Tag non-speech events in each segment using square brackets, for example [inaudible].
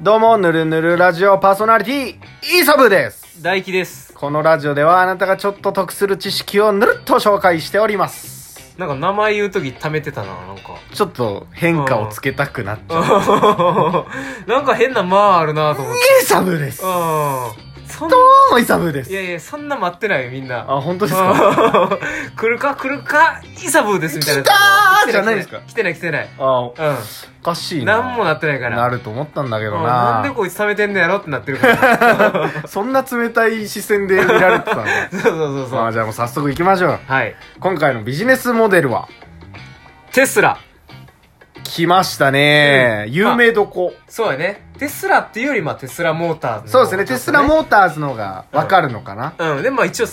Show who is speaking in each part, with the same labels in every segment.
Speaker 1: どうも、ぬるぬるラジオパーソナリティ、イーサブです。
Speaker 2: 大輝です
Speaker 1: このラジオではあなたがちょっと得する知識をぬるっと紹介しております。
Speaker 2: なんか名前言う時貯めてたななんか
Speaker 1: ちょっと変化をつけたくなっちゃう。
Speaker 2: [laughs] なんか変な間あるなと思って
Speaker 1: イーサブです。ど
Speaker 2: うんそん
Speaker 1: うもイーサブです
Speaker 2: い。やいやそんな待ってないよみんな
Speaker 1: あ、本当ですか
Speaker 2: うん [laughs] 来るか来るかイサブーですみたいな
Speaker 1: 来たー
Speaker 2: 来て
Speaker 1: じゃないですか
Speaker 2: 来てない来てない
Speaker 1: あ、お
Speaker 2: 来てない
Speaker 1: かし
Speaker 2: う
Speaker 1: い
Speaker 2: ん
Speaker 1: な。
Speaker 2: 何もなってないから
Speaker 1: なると思ったんだけ
Speaker 2: う
Speaker 1: ど
Speaker 2: んなんで
Speaker 1: な。
Speaker 2: こいつ貯めてんのやろってなってるから
Speaker 1: [laughs] そんな冷たい視線で見られてたの
Speaker 2: [laughs] そうそうそう
Speaker 1: ま
Speaker 2: そ
Speaker 1: あ
Speaker 2: う
Speaker 1: じゃあもう早速行きましょう。
Speaker 2: はい
Speaker 1: 今回のビジネスモデルは、
Speaker 2: テスラ
Speaker 1: 来ましたね。
Speaker 2: うん
Speaker 1: 有名どこ。
Speaker 2: そうやねテスラっていうよりまあテスラモーターズの
Speaker 1: そうですね、テスラモーターズの方がわかるのかな、
Speaker 2: うんでもまあ一応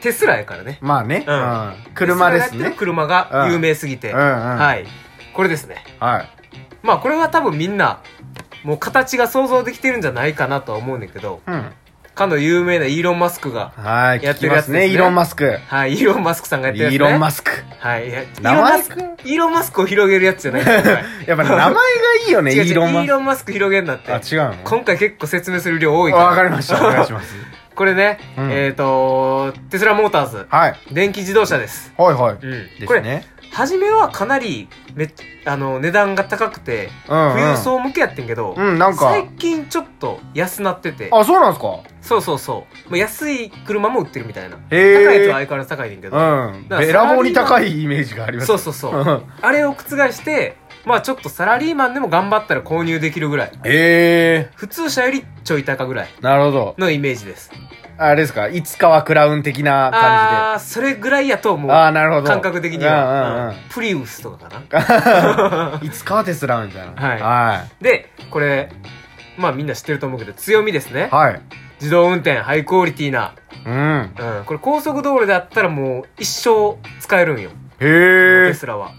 Speaker 2: テスラやからね
Speaker 1: まあね、う
Speaker 2: うんん。
Speaker 1: 車です
Speaker 2: テスラがやってる
Speaker 1: ね。
Speaker 2: 車が有名すぎて、
Speaker 1: うんうん。は。
Speaker 2: はいいこれですね
Speaker 1: はい。
Speaker 2: まあこれは多分みんなもう形が想像できてるんじゃないかなとは思うねんだけど
Speaker 1: うん。
Speaker 2: かの有名なイーロン・マスクが
Speaker 1: はい。聞
Speaker 2: やっ
Speaker 1: き
Speaker 2: てる
Speaker 1: ま
Speaker 2: や
Speaker 1: す
Speaker 2: つです
Speaker 1: ね、
Speaker 2: ね
Speaker 1: イーロン・マスク。
Speaker 2: はいイーロン・マスクさんが
Speaker 1: イ
Speaker 2: やってる
Speaker 1: ー
Speaker 2: やつ、ね、
Speaker 1: ロン・マ
Speaker 2: ス
Speaker 1: スク。
Speaker 2: クはいいやイー
Speaker 1: 名
Speaker 2: ロン・
Speaker 1: 前
Speaker 2: マスクイーロン・マスクを広げるやつじ
Speaker 1: [laughs]
Speaker 2: ゃないですか
Speaker 1: やっぱ名前がいいよね、イ
Speaker 2: [laughs] 違う違う
Speaker 1: ーロン・マ
Speaker 2: イー
Speaker 1: スク。
Speaker 2: ロン・マスク広げるなって
Speaker 1: あ、違うの
Speaker 2: 今回結構説明する量多い
Speaker 1: あわか
Speaker 2: か
Speaker 1: りました。お願いします。
Speaker 2: らこれね、
Speaker 1: うん
Speaker 2: えっ、ー、とテスラモーターズ
Speaker 1: はい。
Speaker 2: 電気自動車です、
Speaker 1: はいはい。
Speaker 2: うん
Speaker 1: です
Speaker 2: これ
Speaker 1: ね。
Speaker 2: 初めはかなりめっあの値段が高くて
Speaker 1: うん、
Speaker 2: 富
Speaker 1: うん。
Speaker 2: 裕層向けやってんけど、
Speaker 1: うん、なんか。
Speaker 2: 最近ちょっと安なってて
Speaker 1: あ、そうなんですか
Speaker 2: そうそうそうもう安い車も売ってるみたいな高
Speaker 1: へー
Speaker 2: いやつは相変わらず高いねんけど、
Speaker 1: うん。
Speaker 2: だから
Speaker 1: べらぼうに高いイメージがあります。
Speaker 2: そうそうそう
Speaker 1: うん。
Speaker 2: あれを覆してまあちょっとサラリーマンでも頑張ったら購入できるぐらい
Speaker 1: ええ
Speaker 2: 普通車よりちょい高ぐらい
Speaker 1: ー。なるほど。
Speaker 2: のイメージです
Speaker 1: あれですかいつかはクラウン的な感じで。
Speaker 2: ああそれぐらいやと思う
Speaker 1: ああ、なるほど。
Speaker 2: 感覚的に
Speaker 1: うんうん
Speaker 2: は
Speaker 1: うん
Speaker 2: うんプリウスとかかな
Speaker 1: [laughs] いつかはテスラみたいな。
Speaker 2: はい
Speaker 1: は
Speaker 2: でこれまあみんな知ってると思うけど強みですね
Speaker 1: い。はい。
Speaker 2: 自動運転ハイクオリティな、
Speaker 1: うん。
Speaker 2: うん、これ高速道路であったらもう一生使えるんよ
Speaker 1: へ
Speaker 2: テ
Speaker 1: え。
Speaker 2: スラは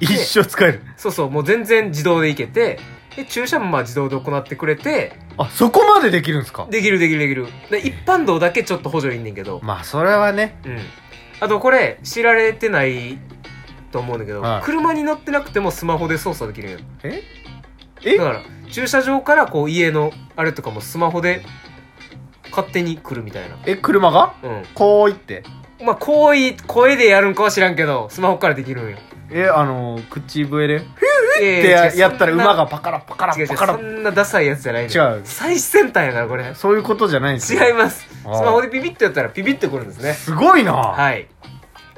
Speaker 1: 一生使える。
Speaker 2: そうそう、もう全然自動で行けて、で、駐車もまあ自動で行ってくれて、
Speaker 1: あ、そこまでできるんですか
Speaker 2: できるできるできる。で、一般道だけちょっと補助いんねんけど、
Speaker 1: まあ、それはね。
Speaker 2: うん。あとこれ、知られてないと思うんだけど、
Speaker 1: はい
Speaker 2: 車に乗ってなくてもスマホで操作できるんよ。
Speaker 1: え
Speaker 2: だから、駐車場からこう家のあれとかもスマホで勝手に来るみたいな。
Speaker 1: え、車が
Speaker 2: う
Speaker 1: こういって。
Speaker 2: ん。まあ、こうい、声でやるんかは知らんけど、スマホからできるんよ。
Speaker 1: え、あの、口笛で、ふっ
Speaker 2: いや
Speaker 1: て
Speaker 2: いや
Speaker 1: や
Speaker 2: 違う
Speaker 1: やったら
Speaker 2: そんな
Speaker 1: 馬がパカラパカラ
Speaker 2: 違う違
Speaker 1: パ
Speaker 2: う、
Speaker 1: カ
Speaker 2: そ
Speaker 1: ラ。
Speaker 2: んなダサいやつじゃないの
Speaker 1: 違う
Speaker 2: 最先端やから、これ。
Speaker 1: そういうことじゃないんです
Speaker 2: 違い
Speaker 1: い
Speaker 2: ますス
Speaker 1: あー
Speaker 2: マホでピピッとやったらピピッとくるんですね
Speaker 1: すごいな。
Speaker 2: はい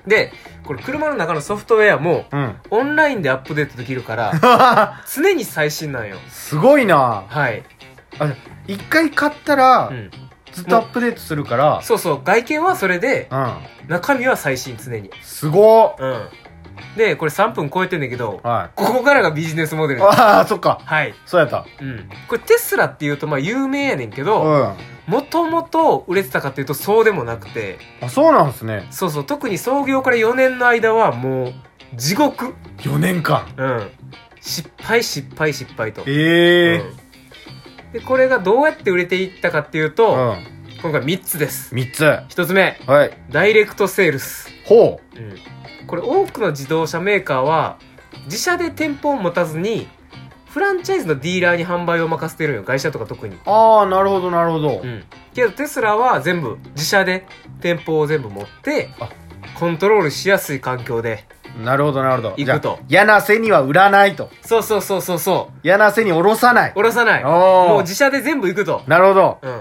Speaker 2: でこれ車の中のソフトウェアも
Speaker 1: うん。 [laughs]
Speaker 2: オンラインでアップデートできるから常に最新なんよ
Speaker 1: すごいな。
Speaker 2: はい、
Speaker 1: 一回買ったら
Speaker 2: う、ん、
Speaker 1: ずっとアップデートするから。
Speaker 2: そうそう外見はそれで
Speaker 1: うん。
Speaker 2: 中身は最新常に
Speaker 1: すご
Speaker 2: うんでこれ3分超えてんだけ
Speaker 1: っ
Speaker 2: ど
Speaker 1: はい。
Speaker 2: ここからがビジネスモデルです
Speaker 1: ああ、そっか。
Speaker 2: はい、
Speaker 1: そうやった。
Speaker 2: うん、これテスラっていうとまあ有名やねんけ
Speaker 1: う
Speaker 2: ど
Speaker 1: ん。
Speaker 2: もともと売れてたかっていうとそうでもなくて
Speaker 1: あ、そうなんですね。
Speaker 2: そうそう特に創業から4年の間はもう地獄
Speaker 1: 4年間。
Speaker 2: うん、失敗失敗失敗と、
Speaker 1: ええ
Speaker 2: うんでこれがどうやって売れていったかっていう
Speaker 1: う
Speaker 2: と、
Speaker 1: ん。
Speaker 2: 今回3つです
Speaker 1: 3つ。
Speaker 2: 1つ目
Speaker 1: はい。
Speaker 2: ダイレクトセールス、
Speaker 1: ほ
Speaker 2: うん、これ多くの自動車メーカーは自社で店舗を持たずにフランチャイズのディーラーに販売を任せてるんよ会社とか特に
Speaker 1: う。ああ、なるほど、なるほど
Speaker 2: う。んけどテスラは全部自社で店舗を全部持って
Speaker 1: あ
Speaker 2: コントロールしやすい環境で
Speaker 1: なるほど、なるほど。
Speaker 2: 行
Speaker 1: じゃ
Speaker 2: くと
Speaker 1: あ柳瀬には売らないと。
Speaker 2: そうそうそうそうそ
Speaker 1: 柳瀬に下ろさな
Speaker 2: う
Speaker 1: い。
Speaker 2: 下ろさない
Speaker 1: お
Speaker 2: もう
Speaker 1: お。
Speaker 2: 自社で全部行くと
Speaker 1: なるほど。
Speaker 2: うん。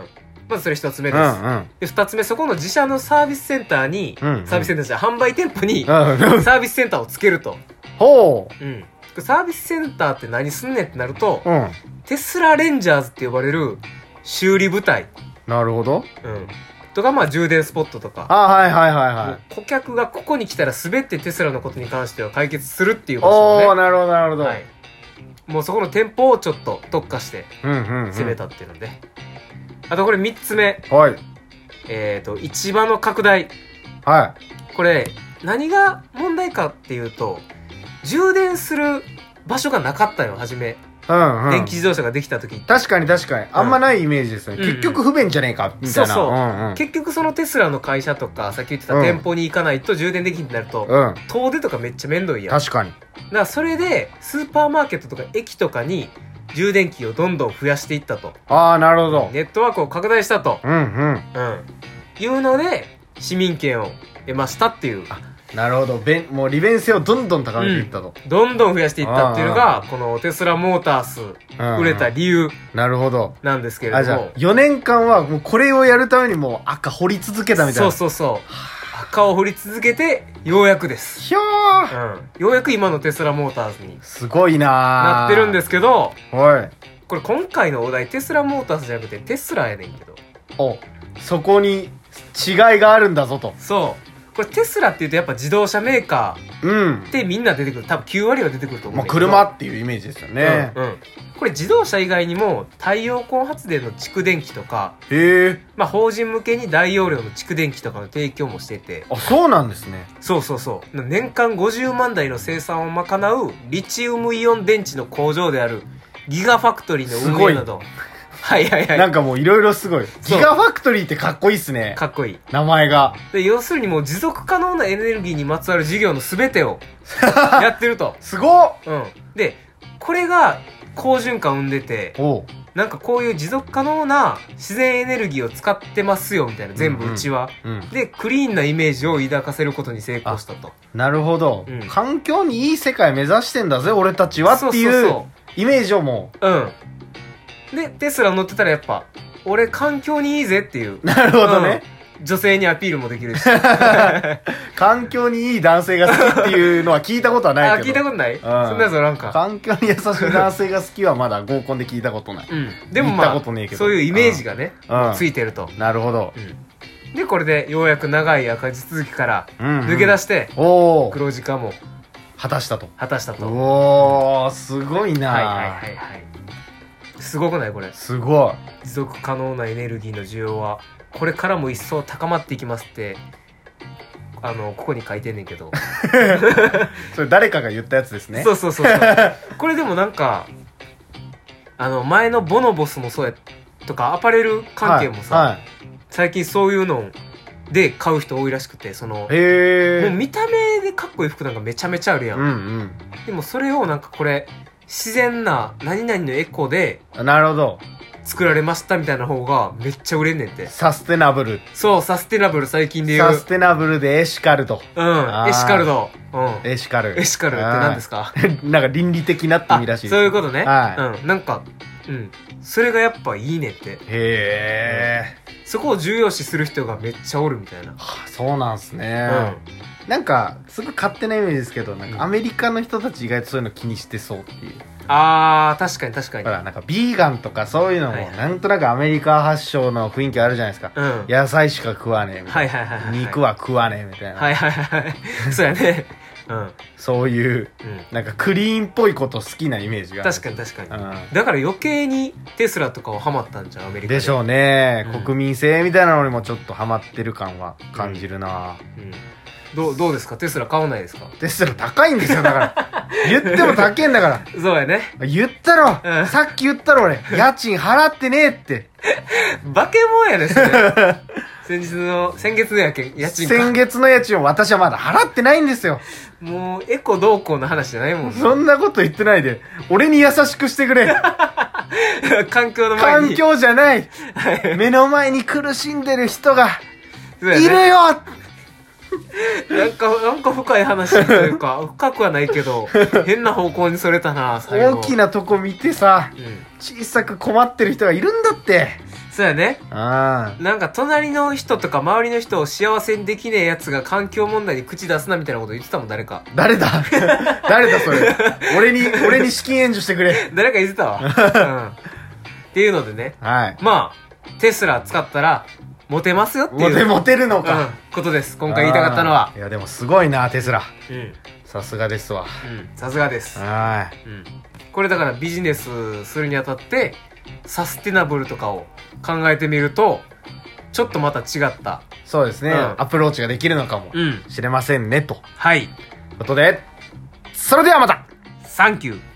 Speaker 2: まずそれ一つ
Speaker 1: う
Speaker 2: 目
Speaker 1: ん、
Speaker 2: で
Speaker 1: う
Speaker 2: す。
Speaker 1: ん。
Speaker 2: で、二つ目、そこの自社のサービスセンターに、
Speaker 1: うんうん
Speaker 2: サービスセンターじゃない販売店舗に、
Speaker 1: うん。 [laughs]
Speaker 2: サービスセンターをつけると。
Speaker 1: ほ
Speaker 2: うん。サービスセンターって何すんねんってなると
Speaker 1: う。、うん。
Speaker 2: テスラレンジャーズって呼ばれる修理部隊、
Speaker 1: なるほど。
Speaker 2: うん。とか、まあ充電スポットとか、
Speaker 1: あはいはいはいはい。
Speaker 2: 顧客がここに来たら全てテスラのことに関しては解決するっていう場所
Speaker 1: おお
Speaker 2: をね。
Speaker 1: なるほど、なるほど。
Speaker 2: はい。もうそこの店舗をちょっと特化して
Speaker 1: うん、うんうん。
Speaker 2: 攻めたっていうので。あとこれ三つ目、
Speaker 1: はい。
Speaker 2: えっ、と、市場の拡大。
Speaker 1: は
Speaker 2: これ何が問題かっていうと充電する場所がなかったよ初め、
Speaker 1: い。うん、うん。
Speaker 2: 電気自動車ができた時
Speaker 1: 確かに確かに。あんまないイメージですね。
Speaker 2: うん
Speaker 1: 結局不便じゃねえか、みたいな。、
Speaker 2: そうそうん
Speaker 1: うん。
Speaker 2: 結局そのテスラの会社とかさっき言って
Speaker 1: う
Speaker 2: た
Speaker 1: ん
Speaker 2: 店舗に行かないと充電できんってなると、
Speaker 1: うん。
Speaker 2: 遠出とかめっちゃ面倒いやんだか
Speaker 1: 確かに。
Speaker 2: らそれでスーパーマーケットとか駅とかに充電器をどんどん増やしていったと
Speaker 1: ああ、なるほど。
Speaker 2: ネットワークを拡大したと、
Speaker 1: うんうん。
Speaker 2: うん、いうので市民権を得ましたっていう
Speaker 1: なるほど。べんもう利便性をどんどん高めていったと。
Speaker 2: どんどん増やしていったっていうのがこのテスラモータース
Speaker 1: うんうん
Speaker 2: 売れた理由
Speaker 1: なるほど。
Speaker 2: なんですけ
Speaker 1: あ、
Speaker 2: れ
Speaker 1: じ
Speaker 2: ど
Speaker 1: ゃ
Speaker 2: も
Speaker 1: あ、4年間はもうこれをやるためにもう赤掘り続けたみたい
Speaker 2: そ
Speaker 1: な。
Speaker 2: うそうそう赤を掘り続けてようやくです、
Speaker 1: ひょ
Speaker 2: う
Speaker 1: ー
Speaker 2: ん、ようやく今のテスラモーターズに
Speaker 1: すごいな。
Speaker 2: なってるんですすけど
Speaker 1: おい。
Speaker 2: これ今回のお題テスラモーターズじゃなくてテスラやねんけど
Speaker 1: お、そこに違いがあるんだぞと。
Speaker 2: そうこれテスラっていうとやっぱ自動車メーカ
Speaker 1: うん
Speaker 2: ーっ。てみんな出てくる多分9割は出てくると思う
Speaker 1: まあ、
Speaker 2: んだけど
Speaker 1: 車っていうイメージですよね。
Speaker 2: うんうん、これ自動車以外にも太陽光発電の蓄電器とか、
Speaker 1: へえ。
Speaker 2: まあ、法人向けに大容量の蓄電器とかの提供もしてて
Speaker 1: あ、そうなんですね。
Speaker 2: そうそうそう年間50万台の生産を賄うリチウムイオン電池の工場であるギガファクトリーの
Speaker 1: す
Speaker 2: 運
Speaker 1: ご
Speaker 2: 営
Speaker 1: い
Speaker 2: などはいはいは
Speaker 1: ないんかもういろいろすごい。ギ
Speaker 2: そう
Speaker 1: ガファクトリーってかっこいいっすね。
Speaker 2: かっこいい
Speaker 1: 名前が。
Speaker 2: で要するにもう持続可能なエネルギーにまつわる事業の全
Speaker 1: [laughs]
Speaker 2: てをやってると、
Speaker 1: すごっ
Speaker 2: うん、でこれが好循環を生んでて
Speaker 1: おう
Speaker 2: なんかこういう持続可能な自然エネルギーを使ってますよみたいな全部うちは、
Speaker 1: うん。
Speaker 2: でクリーンなイメージを抱かせることに成功したと
Speaker 1: なるほど、
Speaker 2: うん
Speaker 1: 環境にいい世界目指してんだぜ、俺たちはっていう
Speaker 2: そう
Speaker 1: イメージをも
Speaker 2: そうそううんでテスラ乗ってたらやっぱ俺環境にいいぜっていう
Speaker 1: う。なるほどね。
Speaker 2: うん女性にアピールもで
Speaker 1: [laughs]
Speaker 2: きるし
Speaker 1: 環境にいい男性が好きっていうのは聞いたことはな
Speaker 2: あ
Speaker 1: いけど。
Speaker 2: 聞いたことない、そんなやつおらんか
Speaker 1: 環境に優しい男性が好きはまだ合コンで聞いたことない。
Speaker 2: うんでもま
Speaker 1: 聞いた
Speaker 2: あ
Speaker 1: ことねえけど
Speaker 2: そういうイメージがね、
Speaker 1: うん
Speaker 2: ついてると、
Speaker 1: なるほど。
Speaker 2: うんでこれでようやく長い赤字続きから
Speaker 1: うん、
Speaker 2: 抜け出
Speaker 1: し
Speaker 2: して
Speaker 1: おお
Speaker 2: 黒字化も
Speaker 1: 果たしたと。
Speaker 2: 果たしたと
Speaker 1: おおすごいな、
Speaker 2: はいはいはいはいすごくないこれ
Speaker 1: すごい。
Speaker 2: 持続可能なエネルギーの需要はこれからも一層高まっていきますってあのここに書いてんねんけど、
Speaker 1: それ誰かが言ったやつですね。
Speaker 2: そうそうそうそうこれでもなんかあの前のボノボスもそうやとかアパレル関係もさ、
Speaker 1: はい。はい
Speaker 2: 最近そういうので買う人多いらしくてその
Speaker 1: へ
Speaker 2: もう
Speaker 1: え。
Speaker 2: 見た目でかっこいい服なんかめちゃめちゃあるやん、
Speaker 1: うん
Speaker 2: でもそれをなんかこれ自然な何々のエコで
Speaker 1: うん。なるほど。
Speaker 2: 作られましたみたいな方がめっちゃ売れんねんて
Speaker 1: サステナブル。
Speaker 2: そうサステナブル最近で言
Speaker 1: サ
Speaker 2: う
Speaker 1: ステナブルでエシカルと。
Speaker 2: うん
Speaker 1: あー
Speaker 2: エシカルドうん
Speaker 1: エシカル。
Speaker 2: エシカルって何ですか
Speaker 1: か [laughs] なんか倫理的なって意
Speaker 2: あ
Speaker 1: 味らしいです
Speaker 2: そういうことね
Speaker 1: はい。
Speaker 2: うんなんかうんそれがやっぱいいねって
Speaker 1: へえ。
Speaker 2: そこを重要視する人がめっちゃおるみたいな
Speaker 1: はあそうなんす
Speaker 2: う
Speaker 1: ね。
Speaker 2: ん
Speaker 1: なんか、すごい勝手なイメージですけど、なん
Speaker 2: うん
Speaker 1: かアメリカの人たち意外とそういうの気にしてそうっていう。
Speaker 2: あー確かに確か
Speaker 1: だ
Speaker 2: に
Speaker 1: からなんかビーガンとかそういうのも
Speaker 2: はいはい
Speaker 1: なんとなくアメリカ発祥の雰囲気あるじゃないですか。
Speaker 2: うんはい
Speaker 1: 野菜しか食わねえみた
Speaker 2: はいい
Speaker 1: な。
Speaker 2: はいはい
Speaker 1: 肉は食わねえみたいな。
Speaker 2: はいはいは
Speaker 1: [laughs]
Speaker 2: いはいそうやねうんうん
Speaker 1: そういう、なんかクリーンっぽいこと好きなイメージがある。
Speaker 2: 確かに確かに
Speaker 1: う
Speaker 2: だから余計にテスラとかはハマったんじゃんアメリ
Speaker 1: ん。
Speaker 2: カ
Speaker 1: でしょうね、
Speaker 2: うん
Speaker 1: 国民性みたいなのにもちょっとハマってる感は感じるな、
Speaker 2: うんどうどうですかテスラ買わないですか
Speaker 1: ですよ高いんですよだから [laughs] 言っても高いんだか
Speaker 2: そうや [laughs] ね
Speaker 1: ら言ったろ、
Speaker 2: うん
Speaker 1: さっき言ったろ俺家賃払ってねえって
Speaker 2: バケモンやです
Speaker 1: [laughs]
Speaker 2: ね先日の先月のやけ家賃
Speaker 1: 先
Speaker 2: か
Speaker 1: 月の家賃を私はまだ払ってないんですよ
Speaker 2: もうエコ同行の話じゃないもん
Speaker 1: そんなこと言ってないで俺に優しくしてく
Speaker 2: [laughs]
Speaker 1: れ
Speaker 2: 環境の前に
Speaker 1: 環境じゃない
Speaker 2: はい
Speaker 1: 目の前に苦しんでる人が
Speaker 2: そうや
Speaker 1: い
Speaker 2: ね
Speaker 1: るよ
Speaker 2: なんかなんか深い話とい
Speaker 1: [laughs]
Speaker 2: うか深くはないけど変な方向にそれたな最後
Speaker 1: 大きなとこ見てさ
Speaker 2: うん
Speaker 1: 小さく困ってる人がいるんだって
Speaker 2: そうやね
Speaker 1: ああ
Speaker 2: なんか隣の人とか周りの人を幸せにできねえやつが環境問題に口出すなみたいなこと言ってたもん
Speaker 1: [laughs]
Speaker 2: 誰か
Speaker 1: 誰
Speaker 2: [laughs]
Speaker 1: だ誰だそれ俺に俺に資金援助してくれ
Speaker 2: 誰か言ってた
Speaker 1: [laughs]
Speaker 2: わ、うん、っていうのでね
Speaker 1: はい
Speaker 2: まあテスラ使ったらモテますよっていう
Speaker 1: モテモテるの
Speaker 2: う
Speaker 1: か、
Speaker 2: ん、ことです今回言いたかったのは
Speaker 1: あーいやでもすごいなテスラ
Speaker 2: うん
Speaker 1: さすがですわ
Speaker 2: うんさすがです、
Speaker 1: は
Speaker 2: うん、これだからビジネスするにあたってサステナブルとかを考えてみるとちょっとまた違った
Speaker 1: いそうですね、
Speaker 2: うん
Speaker 1: アプローチができるのかも
Speaker 2: うん
Speaker 1: しれませんねとい
Speaker 2: はいう
Speaker 1: ことでそれではまた
Speaker 2: サンキュー